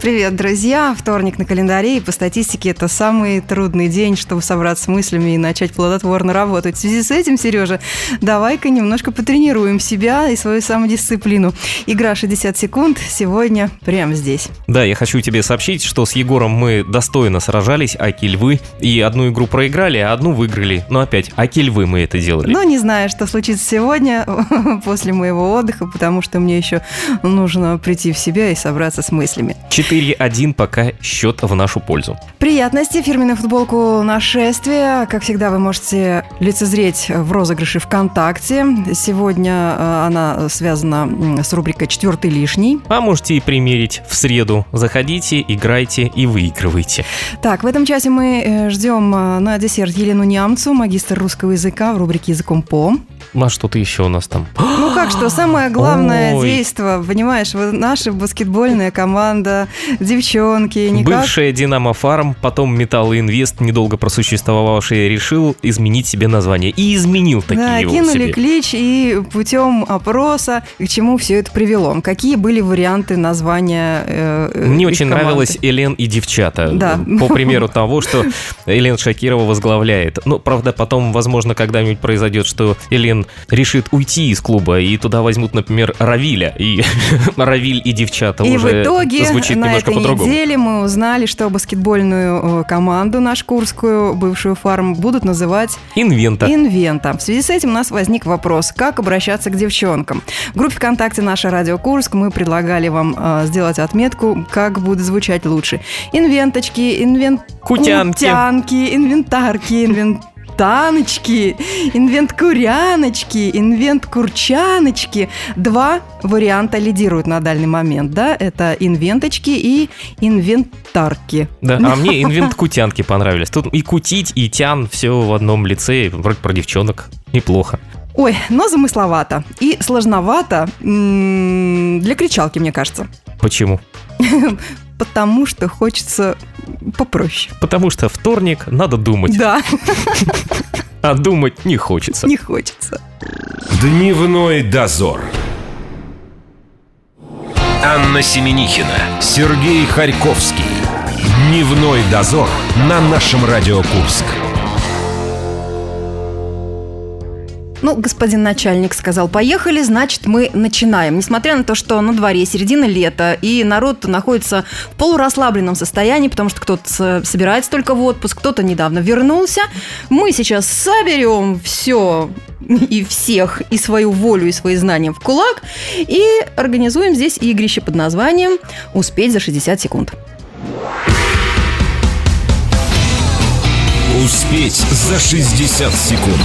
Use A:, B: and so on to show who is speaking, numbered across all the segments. A: Привет, друзья! Вторник на календаре, и по статистике это самый трудный день, чтобы собраться с мыслями и начать плодотворно работать. В связи с этим, Сережа, давай-ка немножко потренируем себя и свою самодисциплину. Игра 60 секунд сегодня прямо здесь.
B: Да, я хочу тебе сообщить, что с Егором мы достойно сражались, аки львы, и одну игру проиграли, а одну выиграли. Но опять, аки львы мы это делали.
A: Но Ну, не знаю, что случится сегодня после моего отдыха, потому что мне еще нужно прийти в себя и собраться с мыслями.
B: 4-1 пока счет в нашу пользу.
A: Приятности, фирменную футболку «Нашествие». Как всегда, вы можете лицезреть в розыгрыше ВКонтакте. Сегодня э, она связана с рубрикой «Четвертый лишний».
B: А можете и примерить в среду. Заходите, играйте и выигрывайте.
A: Так, в этом часе мы э, ждем э, на десерт Елену Нямцу, магистр русского языка в рубрике «Языком по».
B: А что-то еще у нас там.
A: Ну как что, самое главное
B: Ой.
A: действо, понимаешь, вот наша баскетбольная команда, девчонки, никак...
B: Бывшая Динамо Фарм, потом Металл Инвест, недолго просуществовавший, решил изменить себе название. И изменил такие
A: Да,
B: его
A: кинули
B: себе.
A: клич и путем опроса, к чему все это привело. Какие были варианты названия э, э,
B: Мне
A: их
B: очень
A: команды?
B: нравилась Элен и девчата. э,
A: Да.
B: По примеру того, что Элен Шакирова возглавляет. Ну, правда, потом, возможно, когда-нибудь произойдет, что Элен решит уйти из клуба, и туда возьмут, например, Равиля. И Равиль и девчата
A: И в
B: уже
A: итоге
B: звучит
A: на
B: немножко
A: этой
B: по-другому.
A: неделе мы узнали, что баскетбольную э, команду нашу курскую, бывшую фарм, будут называть
B: Инвента.
A: Инвента. В связи с этим у нас возник вопрос, как обращаться к девчонкам. В группе ВКонтакте «Наша Радио Курск» мы предлагали вам э, сделать отметку, как будет звучать лучше. Инвенточки, инвент...
B: Кутянки.
A: Кутянки, инвентарки, инвент... Таночки, инвент-куряночки, инвент-курчаночки. Два варианта лидируют на данный момент, да? Это инвенточки и инвентарки.
B: Да, а мне инвент кутянки понравились. Тут и кутить, и тян, все в одном лице, и вроде про девчонок. Неплохо.
A: Ой, но замысловато и сложновато м, для кричалки, мне кажется.
B: Почему?
A: Потому что хочется попроще.
B: Потому что вторник надо думать,
A: Да,
B: а думать не хочется.
A: не хочется.
C: Дневной дозор. Анна Семенихина, Сергей Харьковский. Дневной дозор на нашем Радио Курск.
A: Ну, господин начальник сказал, поехали, значит, мы начинаем. Несмотря на то, что на дворе середина лета, и народ находится в полурасслабленном состоянии, потому что кто-то с- собирается только в отпуск, кто-то недавно вернулся. Мы сейчас соберем все и всех, и свою волю, и свои знания в кулак, и организуем здесь игрище под названием «Успеть за 60 секунд».
C: Успеть за 60 секунд.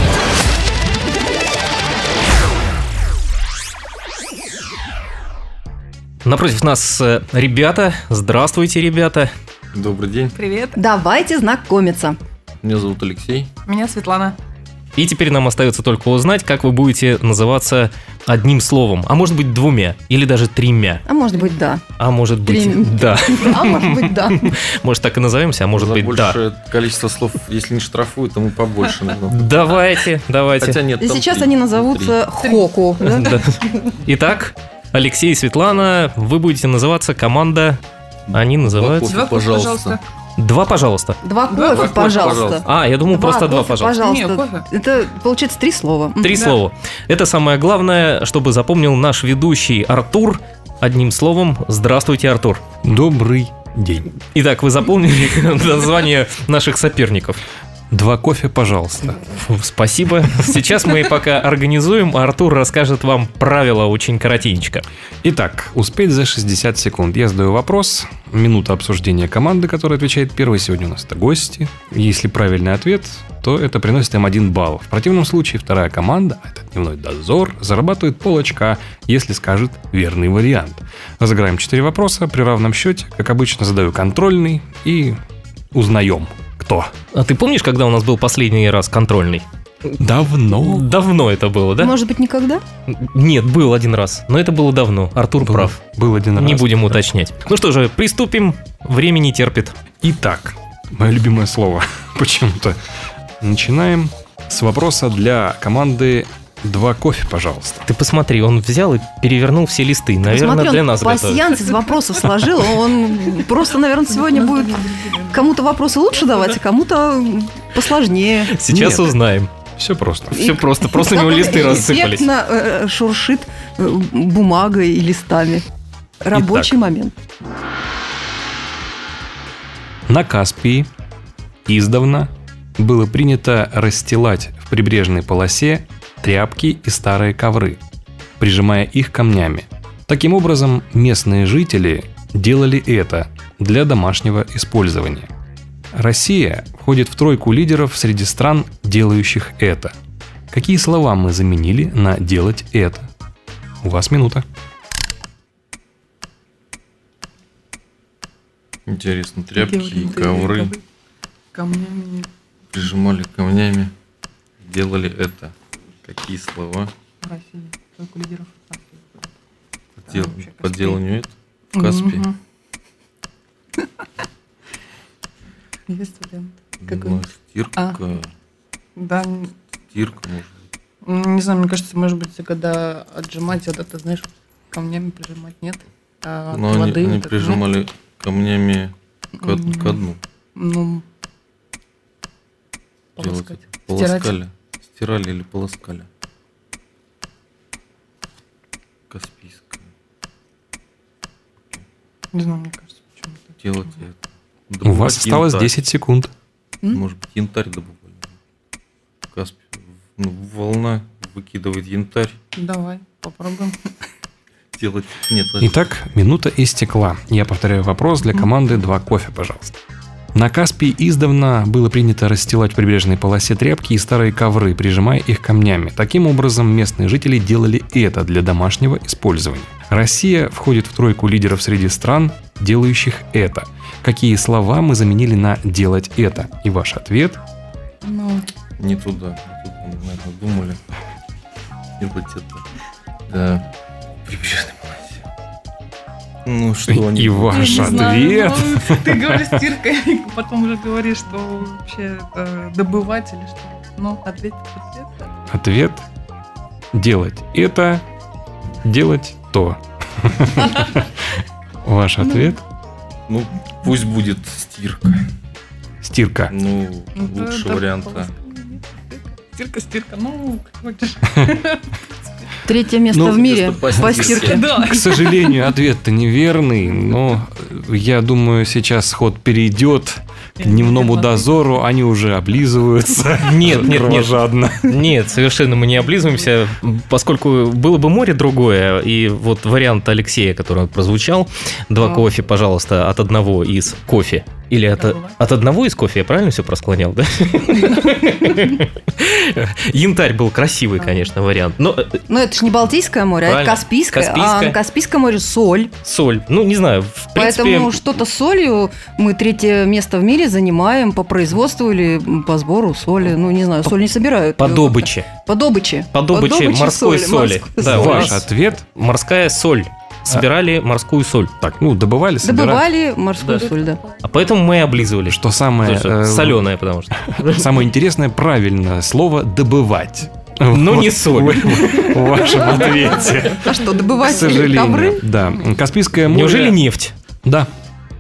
B: Напротив нас э, ребята. Здравствуйте, ребята.
D: Добрый день,
E: Привет,
A: Давайте знакомиться.
D: меня зовут Алексей.
E: меня Светлана.
B: И теперь нам остается только узнать, как вы будете называться одним словом. А может быть двумя, или даже тремя.
A: А может быть, да.
B: А может быть,
A: Трем.
B: да.
A: А может быть, да.
B: Может так и назовемся, а может
D: За
B: быть, да.
D: большее количество слов, если не штрафуют, то мы побольше назовем.
B: Давайте, давайте.
D: Хотя нет,
A: И
D: там
A: сейчас
D: три.
A: они
E: э,
A: назовутся Хоку. да?
B: Ну Да. Итак, Алексей и Светлана, вы будете называться команда... Они называются...
D: Два кофе, пожалуйста.
B: Два, пожалуйста.
A: Два
D: Два
A: кофе,
D: кофе,
A: пожалуйста.
D: пожалуйста.
B: А, я думал, просто два,
A: кофе,
B: пожалуйста.
E: Не, кофе.
A: Это получается три слова. М.
B: Три
E: Да.
B: слова. Это самое главное, чтобы запомнил наш ведущий Артур. Одним словом, здравствуйте, Артур.
F: Добрый день.
B: Итак, вы запомнили название наших соперников.
F: Два кофе, пожалуйста.
B: Фу, Спасибо. Сейчас мы пока организуем, а Артур расскажет вам правила очень коротенечко.
F: Итак, успеть за 60 секунд. Я задаю вопрос. Минута обсуждения команды, которая отвечает первой. Сегодня у нас это гости. Если правильный ответ, то это приносит им один балл. В противном случае вторая команда, а это дневной дозор, зарабатывает пол очка, если скажет верный вариант. Разыграем 4 вопроса при равном счете. Как обычно, задаю контрольный и узнаем, кто.
B: А ты помнишь, когда у нас был последний раз контрольный?
F: Давно.
B: Давно это было, да?
A: Может быть, никогда?
B: Нет, был один раз, но это было давно. Артур
F: Был,
B: прав.
F: был один раз.
B: Не будем уточнять. Ну что же, приступим. Время не терпит.
F: Итак, мое любимое слово почему-то. Начинаем с вопроса для команды «Два кофе, пожалуйста».
B: Ты посмотри, он взял и перевернул все листы. Наверное,
A: Смотри, он
B: для нас готовит.
A: пасьянс из вопросов сложил. Он просто, наверное, сегодня будет кому-то вопросы лучше давать, а кому-то посложнее.
B: Сейчас
F: Нет.
B: узнаем.
F: Все просто.
B: Все просто, просто у него
A: Как он
B: листы рассыпались.
A: эффектно, э, шуршит э, бумагой и листами. Рабочий момент.
F: На Каспии издавна было принято расстилать в прибрежной полосе тряпки и старые ковры, прижимая их камнями. Таким образом, местные жители делали это для домашнего использования. Россия входит в тройку лидеров среди стран, делающих это. Какие слова мы заменили на «делать это»? У вас минута.
D: Интересно, тряпки и ковры
E: Камнями.
D: прижимали камнями, делали это. Какие слова?
E: России. Только лидеров. России.
D: По дел-
E: А, вообще
D: По
E: Каспий.
D: деланию это? В Каспии?
E: Мгм. Есть вариант. Какой?
D: Ну, стирка,
E: А. Да, н-
D: стирка, может быть.
E: не знаю, мне кажется, может быть, когда отжимать, вот это, знаешь, камнями прижимать нет. А от
D: Но они,
E: воды
D: они
E: вот это,
D: прижимали камнями ко,
E: Мгм.
D: ко дну.
E: Ну,
D: Делать
E: полоскать.
D: это. Полоскали. Стирали или полоскали. Каспийская.
E: Не знаю, мне кажется, почему-то.
D: Делать это.
F: У
D: Добывать
F: вас осталось
D: янтарь.
F: 10 секунд.
A: М?
D: Может быть, янтарь добывали. Каспий. Ну, волна выкидывает янтарь.
E: Давай, попробуем.
D: Делать... Нет, подожди.
F: Итак, минута истекла. Я повторяю вопрос для команды «Два кофе, пожалуйста». На Каспии издавна было принято расстилать в прибрежной полосе тряпки и старые ковры, прижимая их камнями. Таким образом, местные жители делали это для домашнего использования. Россия входит в тройку лидеров среди стран, делающих это. Какие слова мы заменили на «делать это»? И ваш ответ?
E: Ну,
D: Не туда. Не туда, наверное, думали. Делать это. Да. Прибрежной полосе. Ну, что они...
F: И ваш
E: Я не знаю,
F: ответ?
E: ну, ты говоришь стирка, и потом уже говоришь, что вообще э, добывать или что. Ну, ответ, ответ.
F: Ответ «делать это», «делать то». Ваш ответ
D: Ну, пусть будет стирка.
F: «стирка».
D: Ну,
E: Ну, да,
D: лучше
E: да,
D: варианта.
E: полоска, нет, Стирка, стирка, стирка, ну, как хочешь.
A: Третье место
F: Ну,
A: в мире
D: место по
A: по
D: стирке.
A: стирке.
E: Да.
F: К сожалению, ответ-то неверный, но э, я думаю, сейчас ход перейдет к дневному дозору, они уже облизываются.
B: Нет, нет, нет.
F: Кровожадно.
B: Нет, совершенно мы не облизываемся, поскольку было бы море другое, и вот вариант Алексея, который прозвучал, два
E: А.
B: кофе, пожалуйста, от одного из кофе. Или от,
E: Какого?
B: от одного из кофе, я правильно все просклонял, да? Янтарь был красивый,
A: А.
B: конечно, вариант. Но э,
A: Но Ну, это же не Балтийское море, а это
B: Правильно.
A: Каспийское. А
B: Каспийское.
A: на Каспийском море соль.
B: соль, ну не знаю, в принципе...
A: Поэтому что-то с солью мы третье место в мире занимаем по производству или по сбору соли. Ну, не знаю, соль не собирают.
B: По добыче.
A: По добыче.
B: По добыче морской соли.
A: морской
B: Да,
A: соли.
B: у
F: Ваш
B: нас-
F: ответ?
B: Морская соль. Собирали морскую соль.
F: А. Так, ну, добывали, собирали.
A: Добывали морскую соль, да.
B: А поэтому мы и облизывали.
F: Что самое... э,
B: Соленая, потому что.
F: Самое интересное, правильное слово «добывать».
B: Ну,
F: Вот
B: не соль.
F: В в вашем ответе.
A: А что,
F: К
A: добывать
F: сожалению.
A: ковры?
F: Да. Каспийское море...
B: Неужели нефть?
F: Да,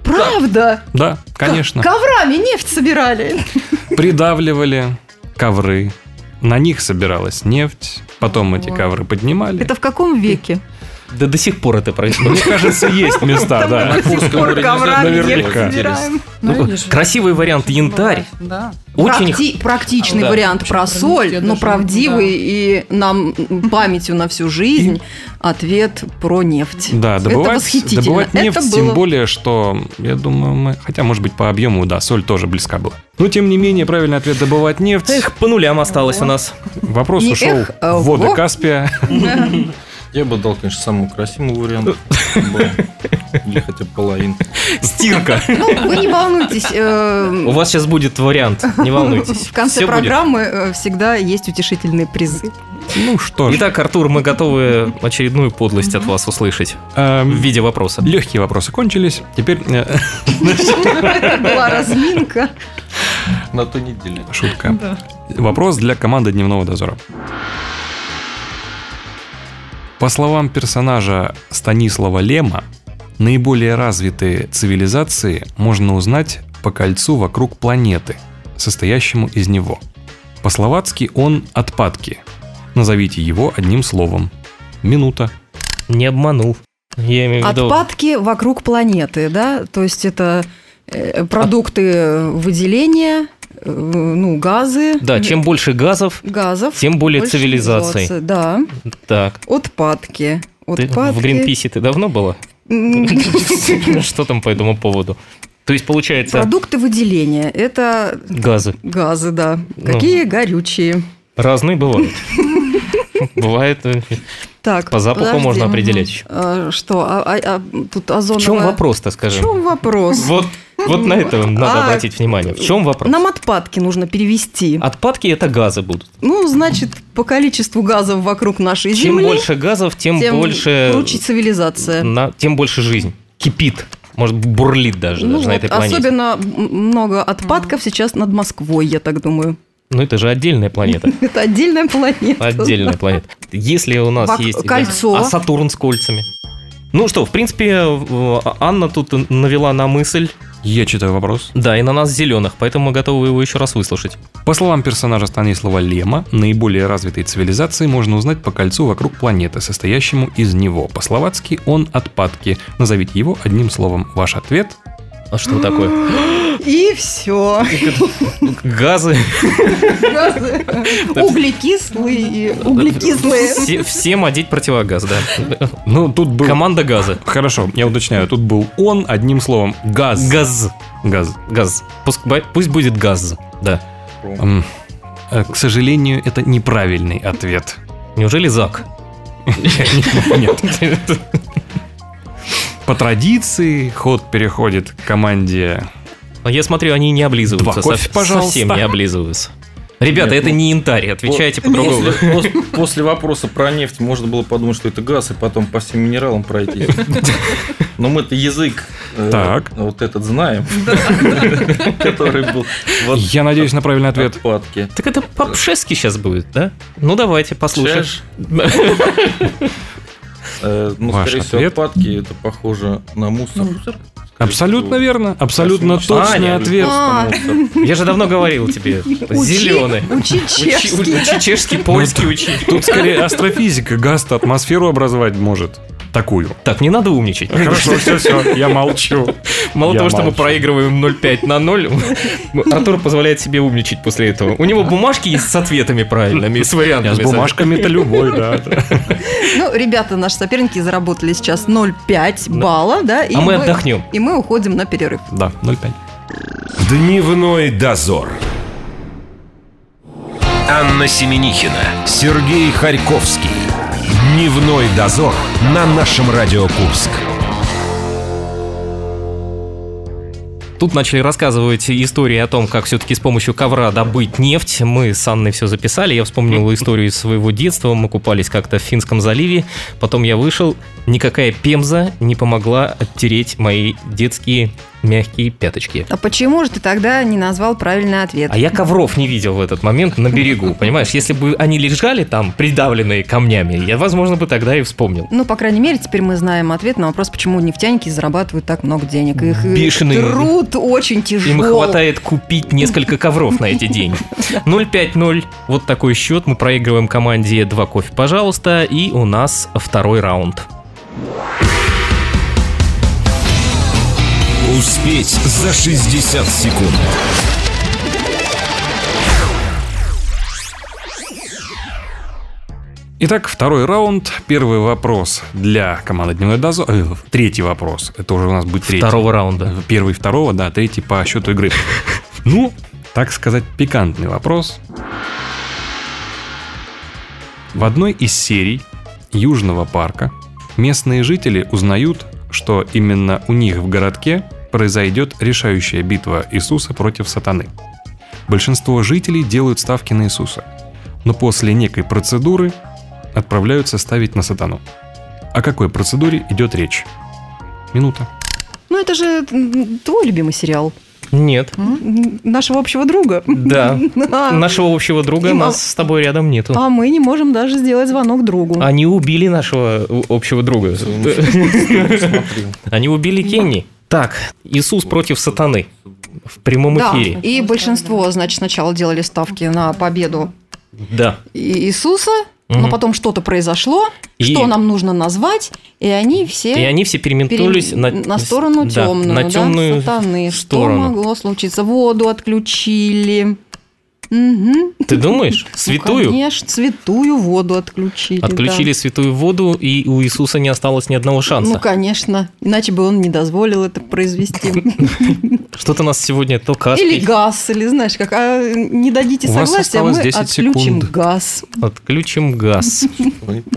A: Правда!
F: да, конечно.
A: Коврами нефть собирали.
F: Придавливали ковры. На них собиралась нефть. Потом эти
E: Вот.
F: ковры поднимали.
A: Это в каком веке?
B: Да до сих пор это происходит.
F: Мне кажется, есть места, да.
A: До сих пор коврами нефть
F: Наверняка.
A: собираем.
B: Ну,
E: видишь.
B: красивый вариант янтарь.
E: Да.
B: Очень
A: Практи- практичный
B: Да.
A: вариант про
E: Очень
A: соль,
E: практичный,
A: но
E: даже,
A: правдивый и нам м, памятью на всю жизнь ответ про нефть.
F: Да,
A: Это
F: добывать,
A: восхитительно.
F: добывать
A: Это
F: нефть,
A: было-
F: тем более, что, я думаю, мы... Хотя, может быть, по объему, да, соль тоже близка была. Но, тем не менее, правильный ответ – добывать нефть.
B: Эх, по нулям осталось у нас.
F: Вопрос
A: не
F: ушел
A: эх, а
F: в воды
A: во.
F: Каспия.
D: Я бы дал, конечно, самому красивому варианту. Или хотя бы половинку.
B: Стирка.
A: Ну, вы не волнуйтесь. э,
B: У вас сейчас будет вариант, не волнуйтесь.
A: В конце
B: Всё будет.
A: программы э, всегда есть утешительные призы.
F: Ну что ж.
B: Итак, Артур, мы готовы очередную подлость от вас услышать в
F: эм,
B: виде вопроса.
F: Легкие вопросы кончились. Теперь э,
A: Была разминка.
D: на той неделе.
F: Шутка.
E: Да.
F: Вопрос для команды Дневного дозора. По словам персонажа Станислава Лема, наиболее развитые цивилизации можно узнать по кольцу вокруг планеты, состоящему из него. По-словацки он «отпадки». Назовите его одним словом. Минута.
B: Не обманул. Я имею в виду...
A: Отпадки вокруг планеты, да? То есть это э, продукты выделения, э, ну, газы.
B: Да, чем больше газов,
A: Газов.
B: тем более
A: больше
B: цивилизаций.
A: цивилизации, Да.
B: Так.
A: Отпадки.
B: Ты в
A: Отпадки.
B: Гринписе ты давно была?
A: М,
B: Что там по этому поводу? То есть, получается,
A: Продукты выделения. Это
B: газы
A: газы, да. Какие горючие.
B: разные бывают. Бывает. э,
A: Так,
B: По запаху
A: подожди. ну,
B: можно определять еще.
A: А, Что, а- а- а тут
B: В
A: озоновая...
B: чем вопрос-то,
A: В
B: скажем?
A: чем вопрос?
B: Вот, вот на это надо
A: А,
B: обратить внимание. В чем вопрос? А-
A: Нам отпадки нужно перевести.
B: Отпадки это газы будут.
A: Ну, значит, по количеству газов вокруг нашей
B: Чем
A: Земли,
B: больше газов, тем,
A: тем
B: больше
A: круче цивилизация.
B: на, тем больше жизнь кипит, может бурлит даже,
A: Ну
B: даже на
A: вот,
B: этой планете.
A: особенно м- много отпадков сейчас над Москвой, я так думаю.
B: Ну это же отдельная планета.
A: Это отдельная планета.
B: Отдельная планета. Если у нас
A: Вок-
B: есть...
A: кольцо.
B: А Сатурн с кольцами? Ну что, в принципе, в- Анна тут навела на мысль,
F: Я читаю вопрос.
B: да, и на нас зеленых, поэтому мы готовы его еще раз выслушать.
F: По словам персонажа Станислава Лема, наиболее развитые цивилизации можно узнать по кольцу вокруг планеты, состоящему из него. По-словацки он отпадки. Назовите его одним словом. Ваш ответ?
B: А что такое?
A: И все.
B: Газы.
A: Углекислые. Углекислые.
B: Все- всем одеть противогаз, да.
F: Ну, тут был...
B: Команда газа.
F: Хорошо, я уточняю. Тут был он одним словом. Газ.
B: Газ.
F: Газ.
B: Газ. Пуск- бай- Пусть будет газ. Да.
F: М, э, К сожалению, это неправильный ответ.
B: Неужели Зак?
F: Нет. По традиции ход переходит к команде
B: А Я смотрю, они не облизываются.
F: Два кофе,
B: Сов-
F: пожалуйста.
B: Совсем не облизываются. Ребята,
D: Нет,
B: это
D: ну-
B: не янтарь, отвечайте
D: Вот
B: по-другому.
D: После, пос- после вопроса про нефть можно было подумать, что это газ, и потом по всем минералам пройти. Но мы-то язык э,
F: Так.
D: вот этот знаем, который был в от-
F: Я надеюсь на правильный ответ.
D: отпадке.
B: Так это по-пшески сейчас будет, да? Ну давайте, послушаем.
D: Чаешь? Э, Ну,
F: Ваш
D: скорее всего,
F: ответ?
D: отпадки это похоже на мусор.
F: Абсолютно верно. Абсолютно
D: Спасибо.
F: точный
B: Аня,
F: ответ.
A: А.
B: Я же давно говорил тебе. Зеленый.
A: Учи
B: Учи,
A: чешский.
B: учи чешский, польский учи.
F: Тут скорее астрофизика. Газ-то атмосферу образовать может. Такую.
B: Так, не надо умничать.
F: Хорошо, все, все, я молчу.
B: Мало
F: Я
B: того, что мы
F: молчу.
B: проигрываем 0,5 на 0, Артур позволяет себе умничать после этого. У него бумажки есть с ответами правильными, с вариантами.
F: Я с бумажками-то любой, да.
A: Ну, ребята, наши соперники заработали сейчас 0,5 балла, да? и
B: А мы отдохнем.
A: И мы уходим на перерыв.
F: Да, 0,5.
C: Дневной дозор. Анна Семенихина, Сергей Харьковский. Дневной дозор на нашем Радио Курск.
B: Тут начали рассказывать истории о том, как все-таки с помощью ковра добыть нефть. Мы с Анной все записали. Я вспомнил историю из своего детства. Мы купались как-то в Финском заливе. Потом я вышел. Никакая пемза не помогла оттереть мои детские мягкие пяточки.
A: А почему же ты тогда не назвал правильный ответ?
B: А я ковров не видел в этот момент на берегу, понимаешь? Если бы они лежали там, придавленные камнями, я, возможно, бы тогда и вспомнил.
A: Ну, по крайней мере, теперь мы знаем ответ на вопрос, почему нефтяники зарабатывают так много денег. Их э,
B: Бешеные.
A: труд очень тяжелый.
B: Им хватает купить несколько ковров на эти деньги. 0-5-0. Вот такой счет. Мы проигрываем команде 2 кофе, пожалуйста. И у нас второй раунд.
C: Успеть за 60 секунд.
F: Итак, второй раунд. Первый вопрос для команды Дневной Дозор. э, Третий вопрос. Это уже у нас будет третий.
B: Второго раунда.
F: Э, Первый, второго, да, третий по счету игры. Ну, так сказать, пикантный вопрос. В одной из серий Южного парка местные жители узнают, что именно у них в городке произойдет решающая битва Иисуса против сатаны. Большинство жителей делают ставки на Иисуса, но после некой процедуры отправляются ставить на сатану. О какой процедуре идет речь? Минута.
A: Ну, это же м, твой любимый сериал.
B: Нет.
A: М, Нашего общего друга.
B: Да.
A: А,
B: Нашего общего друга
A: И мал-
B: нас с тобой рядом нету.
A: а мы не можем даже сделать звонок другу.
B: Они убили нашего у- общего друга.
D: Смотрел.
B: Они убили Кенни. Так, Иисус против сатаны в прямом
A: да,
B: эфире.
A: и большинство, значит, сначала делали ставки на победу
B: Да.
A: И- Иисуса,
B: Мгм.
A: но потом что-то произошло,
B: И-
A: что нам нужно назвать, и они все...
B: И они все переметнулись
A: пере-
B: на,
A: сторону
B: да,
A: темную,
B: на
A: да,
B: темную
A: сатаны.
B: сторону.
A: Что могло случиться? Воду отключили. Мгм.
B: Ты думаешь? Святую?
A: Ну, конечно, святую воду отключили. да.
B: Отключили святую воду, и у Иисуса не осталось ни одного шанса.
A: Ну, конечно, иначе бы он не дозволил это произвести.
B: Что-то нас сегодня то
A: Или
B: каспий.
A: газ, или знаешь, как а, не дадите
F: У вас
A: согласия,
F: осталось
A: мы
F: 10
A: отключим
F: секунд.
A: газ.
B: Отключим газ.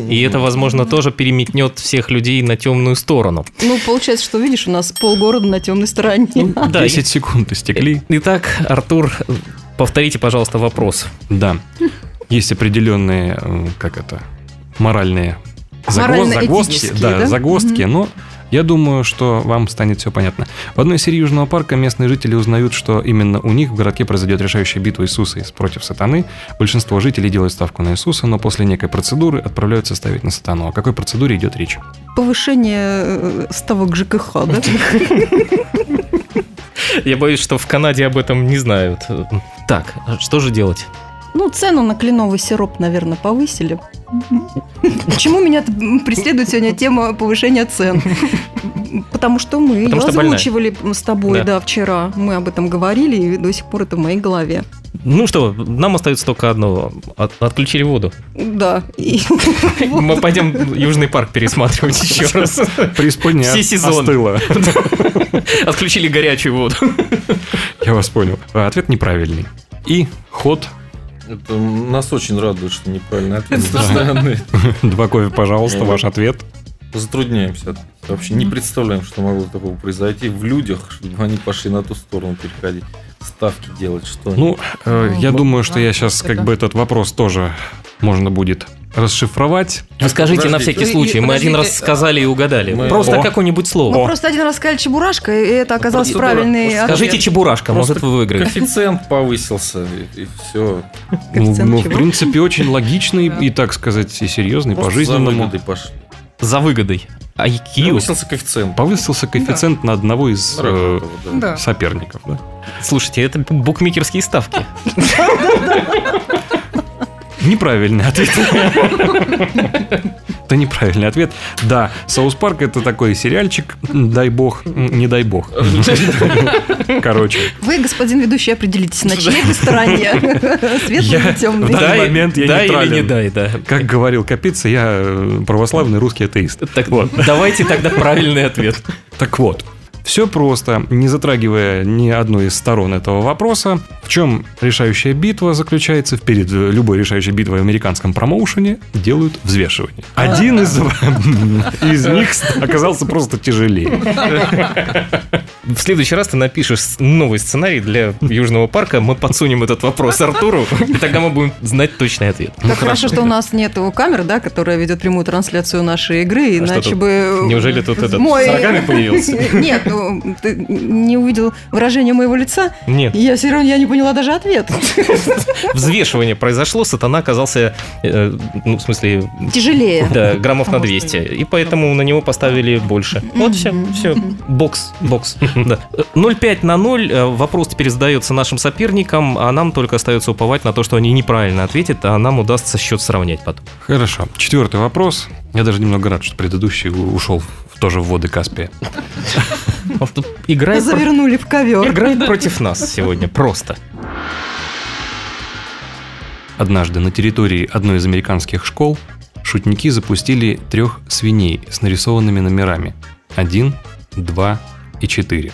B: И это, возможно, тоже переметнет всех людей на темную сторону.
A: Ну, получается, что видишь, у нас полгорода на темной стороне.
B: Да,
F: 10 секунд истекли.
B: Итак, Артур, повторите, пожалуйста, вопрос.
F: Да. Есть определенные, э, как это, моральные загвоз- загвоздки.
A: Морально-этические,
F: Да,
A: да?
F: загвоздки, но я думаю, что вам станет все понятно. В одной серии Южного парка местные жители узнают, что именно у них в городке произойдет решающая битва Иисуса с- против сатаны. Большинство жителей делают ставку на Иисуса, но после некой процедуры отправляются ставить на сатану. О какой процедуре идет речь?
A: Повышение э, ставок ЖКХ, да?
B: Я боюсь, что в Канаде об этом не знают. Так, что же делать?
A: Ну, цену на кленовый сироп, наверное, повысили. Почему меня т- м, преследует сегодня тема повышения цен? Потому что мы её
B: Потому что больная.
A: озвучивали с тобой,
B: Да.
A: да, вчера. Мы об этом говорили, и до сих пор это в моей голове.
B: Ну что, нам остается только одно. От- отключили воду.
A: Да. и-
B: Мы пойдем Южный парк пересматривать еще раз.
F: Преисподняя
B: Все сезоны.
F: остыла.
B: Отключили горячую воду.
F: Я вас понял. А, Ответ неправильный. И ход.
D: Это нас очень радует, что неправильный ответ с той стороны.
F: Два кофе, пожалуйста, ваш ответ.
D: Затрудняемся. ответить. Вообще не представляем, что могло такого произойти в людях, чтобы они пошли на ту сторону переходить, ставки делать, что они.
F: Ну, э, я
E: Ну,
F: думаю,
E: вот,
F: что
E: да,
F: я сейчас
E: это-
F: как бы этот вопрос тоже можно будет расшифровать.
B: Расскажите на
D: Подождите.
B: всякий случай. Мы один раз
D: Подождите.
B: сказали и угадали.
D: Мы-
B: Просто
F: О.
B: какое-нибудь
A: Мы
B: слово.
A: просто один раз сказали чебурашка, и это оказалось
D: Просто
A: правильный
D: дура.
A: ответ.
B: Скажите чебурашка,
D: Просто
B: может вы выиграете.
D: Коэффициент повысился, и, все.
F: Ну,
A: Коэффициент
F: ну, в
A: чего?
F: принципе, очень логичный
E: Да.
F: и, так сказать, и серьезный по жизненному.
D: пошли.
B: За выгодой. IQ.
D: Повысился коэффициент.
F: Повысился коэффициент на одного из э,
D: Раньше этого, да.
E: Да.
F: соперников. да.
B: Слушайте, это букмекерские ставки.
F: Неправильный ответ. Это неправильный ответ. Да, Саус Парк это такой сериальчик, дай бог, м, не дай бог. Короче,
A: Вы, господин ведущий, определитесь, на чьей вы стороне? Светлый
F: Я-
A: или темный?
F: Да. данный момент я
B: да или
F: нейтрален.
B: не дай, да.
F: как говорил Капица, я э, православный русский атеист.
B: Так вот, давайте тогда правильный ответ.
F: Так вот, все просто, не затрагивая ни одну из сторон этого вопроса. В чем решающая битва заключается? Перед э, любой решающей битвой в американском промоушене делают взвешивание. Один из, из них оказался просто тяжелее.
B: В следующий раз ты напишешь с- новый сценарий для Южного парка, мы подсунем этот вопрос Артуру, и тогда мы будем знать точный ответ.
A: Как хорошо, что у нас нет камеры, да, которая ведет прямую трансляцию нашей игры,
B: А что
A: иначе
B: тут?
A: бы... э,
B: Неужели тут этот
A: мой-
B: с рогами появился?
A: Нет, ну, ты не увидел выражение моего лица.
B: Нет,
A: Я все равно я не поняла даже ответ.
B: взвешивание произошло, сатана оказался, э, ну, в смысле,
A: Тяжелее.
B: да, граммов на 200, и поэтому на него поставили больше. Вот все, все, бокс, бокс. Да. Э, 0,5 на 0, э, вопрос теперь задается нашим соперникам, а нам только остается уповать на то, что они неправильно ответят, а нам удастся счет сравнять потом.
F: Хорошо. Четвертый вопрос. Я даже немного рад, что предыдущий у- ушел в- тоже в воды Каспия.
B: Потому что Играет про-
A: Завернули в ковер.
B: играет против нас сегодня, просто.
F: Однажды на территории одной из американских школ шутники запустили трех свиней с нарисованными номерами. Один, два и четыре.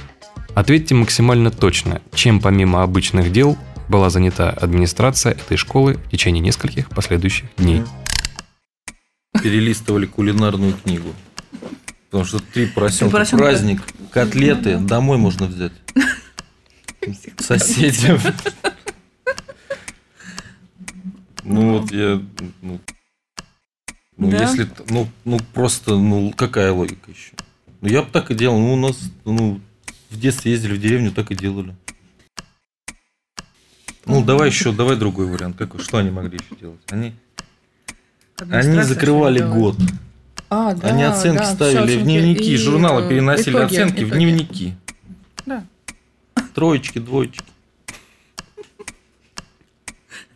F: Ответьте максимально точно, чем помимо обычных дел была занята администрация этой школы в течение нескольких последующих дней.
D: Перелистывали кулинарную книгу. Потому что три поросенка,
E: поросенка.
D: праздник, котлеты, домой можно взять. Соседям. Ну вот я... Ну, ну,
E: Да?
D: если... т- Ну, ну просто, ну какая логика еще? Ну я бы так и делал. Ну у нас, ну, в детстве ездили в деревню, так и делали. Ну, давай еще, давай другой вариант. Какой? Что они могли еще делать? Они,
E: Администрация
D: они
E: что
D: закрывали
E: делала?
D: год.
G: А, да,
D: они оценки
G: да,
D: ставили
G: всё,
D: в дневники,
G: и,
D: журналы
G: э,
D: переносили
G: итоги,
D: оценки в
G: итоги.
D: дневники.
E: Да.
D: Троечки, двоечки.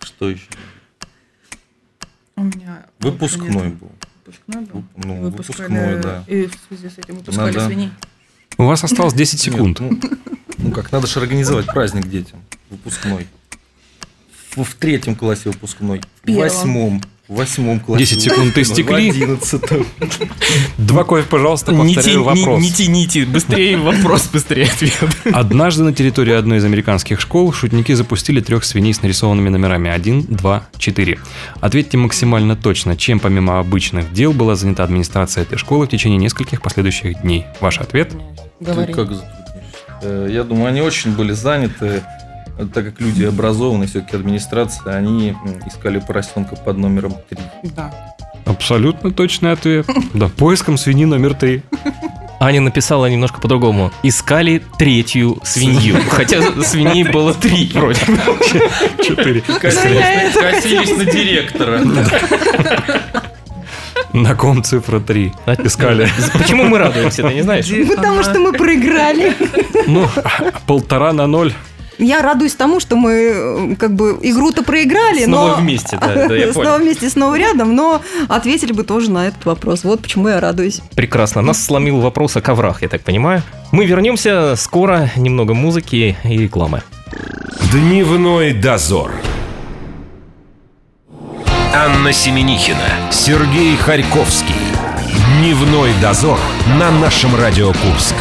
D: Что еще?
E: У меня
D: Выпускной
E: нет.
D: был.
E: Выпускной был.
D: Вып- ну,
E: И
D: выпускной, да. Ну
E: И в связи с этим выпускали
D: Надо-
E: свиней.
F: У вас осталось 10 секунд.
D: Нет, ну, ну как, надо же организовать праздник детям. Выпускной. В, в третьем классе выпускной. В
G: первом.
D: восьмом. В восьмом классе.
F: 10 секунд истекли.
D: В одиннадцатом.
F: Два кофе, пожалуйста,
B: Не,
F: повторяю вопрос.
B: тяните, быстрее вопрос, быстрее ответ.
F: Однажды на территории одной из американских школ шутники запустили трех свиней с нарисованными номерами 1, 2, 4. Ответьте максимально точно, чем помимо обычных дел была занята администрация этой школы в течение нескольких последующих дней. Ваш ответ?
G: Говори.
D: Ты как затруднишься? Э, Я думаю, они очень были заняты, э, так как люди образованные, все-таки администрация, они м, искали поросенка под номером 3.
E: Да.
F: Абсолютно точный ответ. Да, поиском свиньи номер 3.
B: Аня написала немножко по-другому. Искали третью свинью. Хотя свиней было три вроде.
F: 4.
D: Ну, Косились на директора.
F: На ком цифра 3? Искали.
B: Почему мы радуемся, ты не знаешь?
A: Потому что мы проиграли.
F: Ну, полтора на ноль.
A: Я радуюсь тому, что мы э, как бы игру-то проиграли,
B: Снова
A: но...
B: вместе, да, да, я
A: Снова
B: понял.
A: вместе, снова рядом, но ответили бы тоже на этот вопрос. Вот почему я радуюсь.
B: Прекрасно. Нас сломил вопрос о коврах, я так понимаю. Мы вернемся скоро. Немного музыки и рекламы.
C: Дневной дозор. Анна Семенихина, Сергей Харьковский. Дневной дозор на нашем Радио Курск.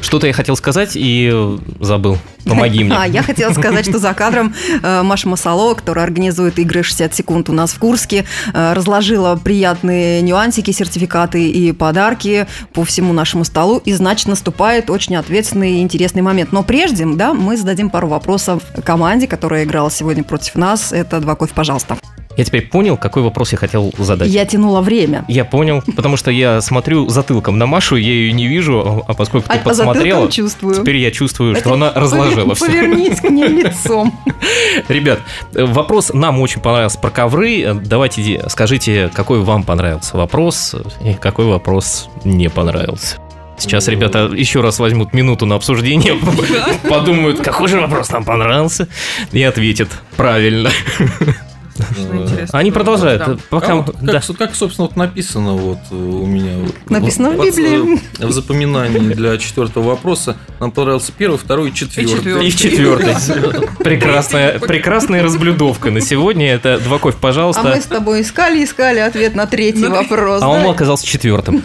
B: Что-то я хотел сказать и э, забыл. Помоги
A: А,
B: мне.
A: я хотела сказать, что за кадром э, Маша Масало, которая организует игры 60 секунд у нас в Курске, э, разложила приятные нюансики, сертификаты и подарки по всему нашему столу. И, значит, наступает очень ответственный и интересный момент. Но прежде, да, мы зададим пару вопросов команде, которая играла сегодня против нас. Это «Два кофе, пожалуйста».
B: Я теперь понял, какой вопрос я хотел задать.
A: Я тянула время.
B: Я понял, потому что я смотрю затылком на Машу, я ее не вижу, а поскольку ты
A: А- а
B: подсмотрела,
A: затылком чувствую.
B: теперь я чувствую,
A: Это
B: что она разложила
A: повер-
B: все.
A: Повернись к ней лицом.
B: Ребят, э, вопрос нам очень понравился про ковры. Э, Давайте де- скажите, какой вам понравился вопрос э, и какой вопрос не понравился. Сейчас ребята еще раз возьмут минуту на обсуждение, подумают, какой же вопрос нам понравился, и ответят правильно.
E: Что интересно.
B: Они продолжают.
E: Да.
B: э, Пока...
D: А вот
B: да.
D: как, со- как, собственно, вот написано вот э, у меня. вот,
A: Написано в
D: вот,
A: Библии.
D: э, В запоминании для четвертого вопроса нам понравился первый, второй и четвертый.
E: четвертый.
B: И в четвертой. Прекрасная, прекрасная разблюдовка на сегодня. Это два
A: А
B: кофе,
A: мы
B: пожалуйста.
A: с тобой искали, искали ответ на третий вопрос.
B: А он
A: да?
B: оказался четвертым.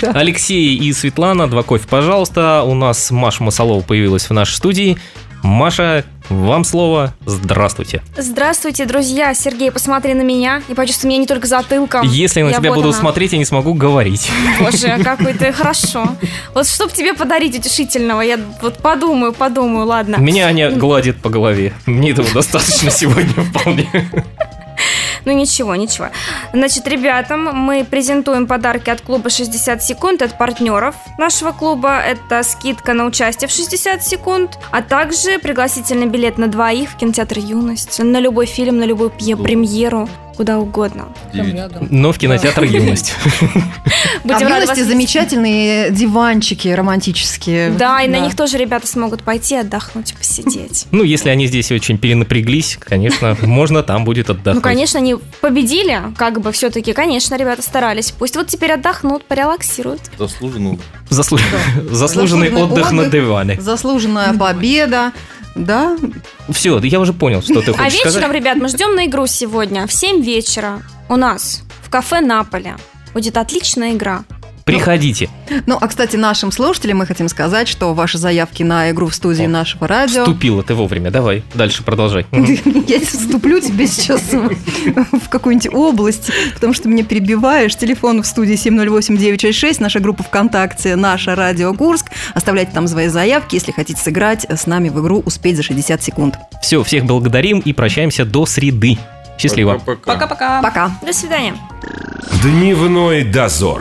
A: Да.
B: Алексей и Светлана, два кофе, пожалуйста. У нас Маша Масалова появилась в нашей студии. Маша, вам слово. Здравствуйте.
H: Здравствуйте, друзья! Сергей, посмотри на меня и почувствуй меня не только затылком.
B: Если на
H: Я
B: тебя
H: вот
B: будут
H: она.
B: смотреть, я не смогу говорить.
H: Боже, какой ты хорошо. Вот что б тебе подарить утешительного? Я вот подумаю, подумаю, ладно.
B: Меня Аня гладит по голове. Мне этого достаточно сегодня вполне.
H: Ну ничего, ничего. Значит, ребятам мы презентуем подарки от клуба 60 секунд, от партнеров нашего клуба. Это скидка на участие в 60 секунд, а также пригласительный билет на двоих в кинотеатр «Юность», на любой фильм, на любую пье- премьеру, куда угодно.
G: Там
D: Девять.
G: рядом.
B: Но в кинотеатр юность.
A: А в
H: Будем рады вас
A: юности
H: видеть.
A: замечательные диванчики романтические.
H: Да, и на них тоже ребята смогут пойти отдохнуть, посидеть.
B: Ну, если они здесь очень перенапряглись, конечно, можно там будет отдохнуть.
H: Ну, конечно, они победили, как бы все-таки, конечно, ребята старались. Пусть вот теный отдохнут, порелаксируют.
D: Заслуженно.
B: Заслу- Заслуженный
A: Заслуженный
B: отдых на
A: отдых.
B: диване.
A: Заслуженная победа. Да,
B: Все, я уже понял, что ты
H: А
B: хочешь
H: вечером,
B: сказать.
H: ребят, мы ждем на игру сегодня в 7 вечера у нас в кафе «Наполе». Будет отличная игра.
B: Приходите.
A: ну а кстати, нашим слушателям мы хотим сказать, что ваши заявки на игру в студии
B: О,
A: нашего радио.
B: Вступила ты вовремя. Давай, дальше продолжай. Мгм.
A: Я вступлю тебе сейчас в какую-нибудь область, потому что ты меня перебиваешь. Телефон в студии 708-966, наша группа ВКонтакте, наша радио Курск. Оставляйте там свои заявки, если хотите сыграть с нами в игру «Успеть за 60 секунд».
B: Все, всех благодарим и прощаемся до среды. Счастливо.
D: Пока-пока.
E: Пока-пока.
A: Пока!
H: До свидания.
C: Дневной дозор.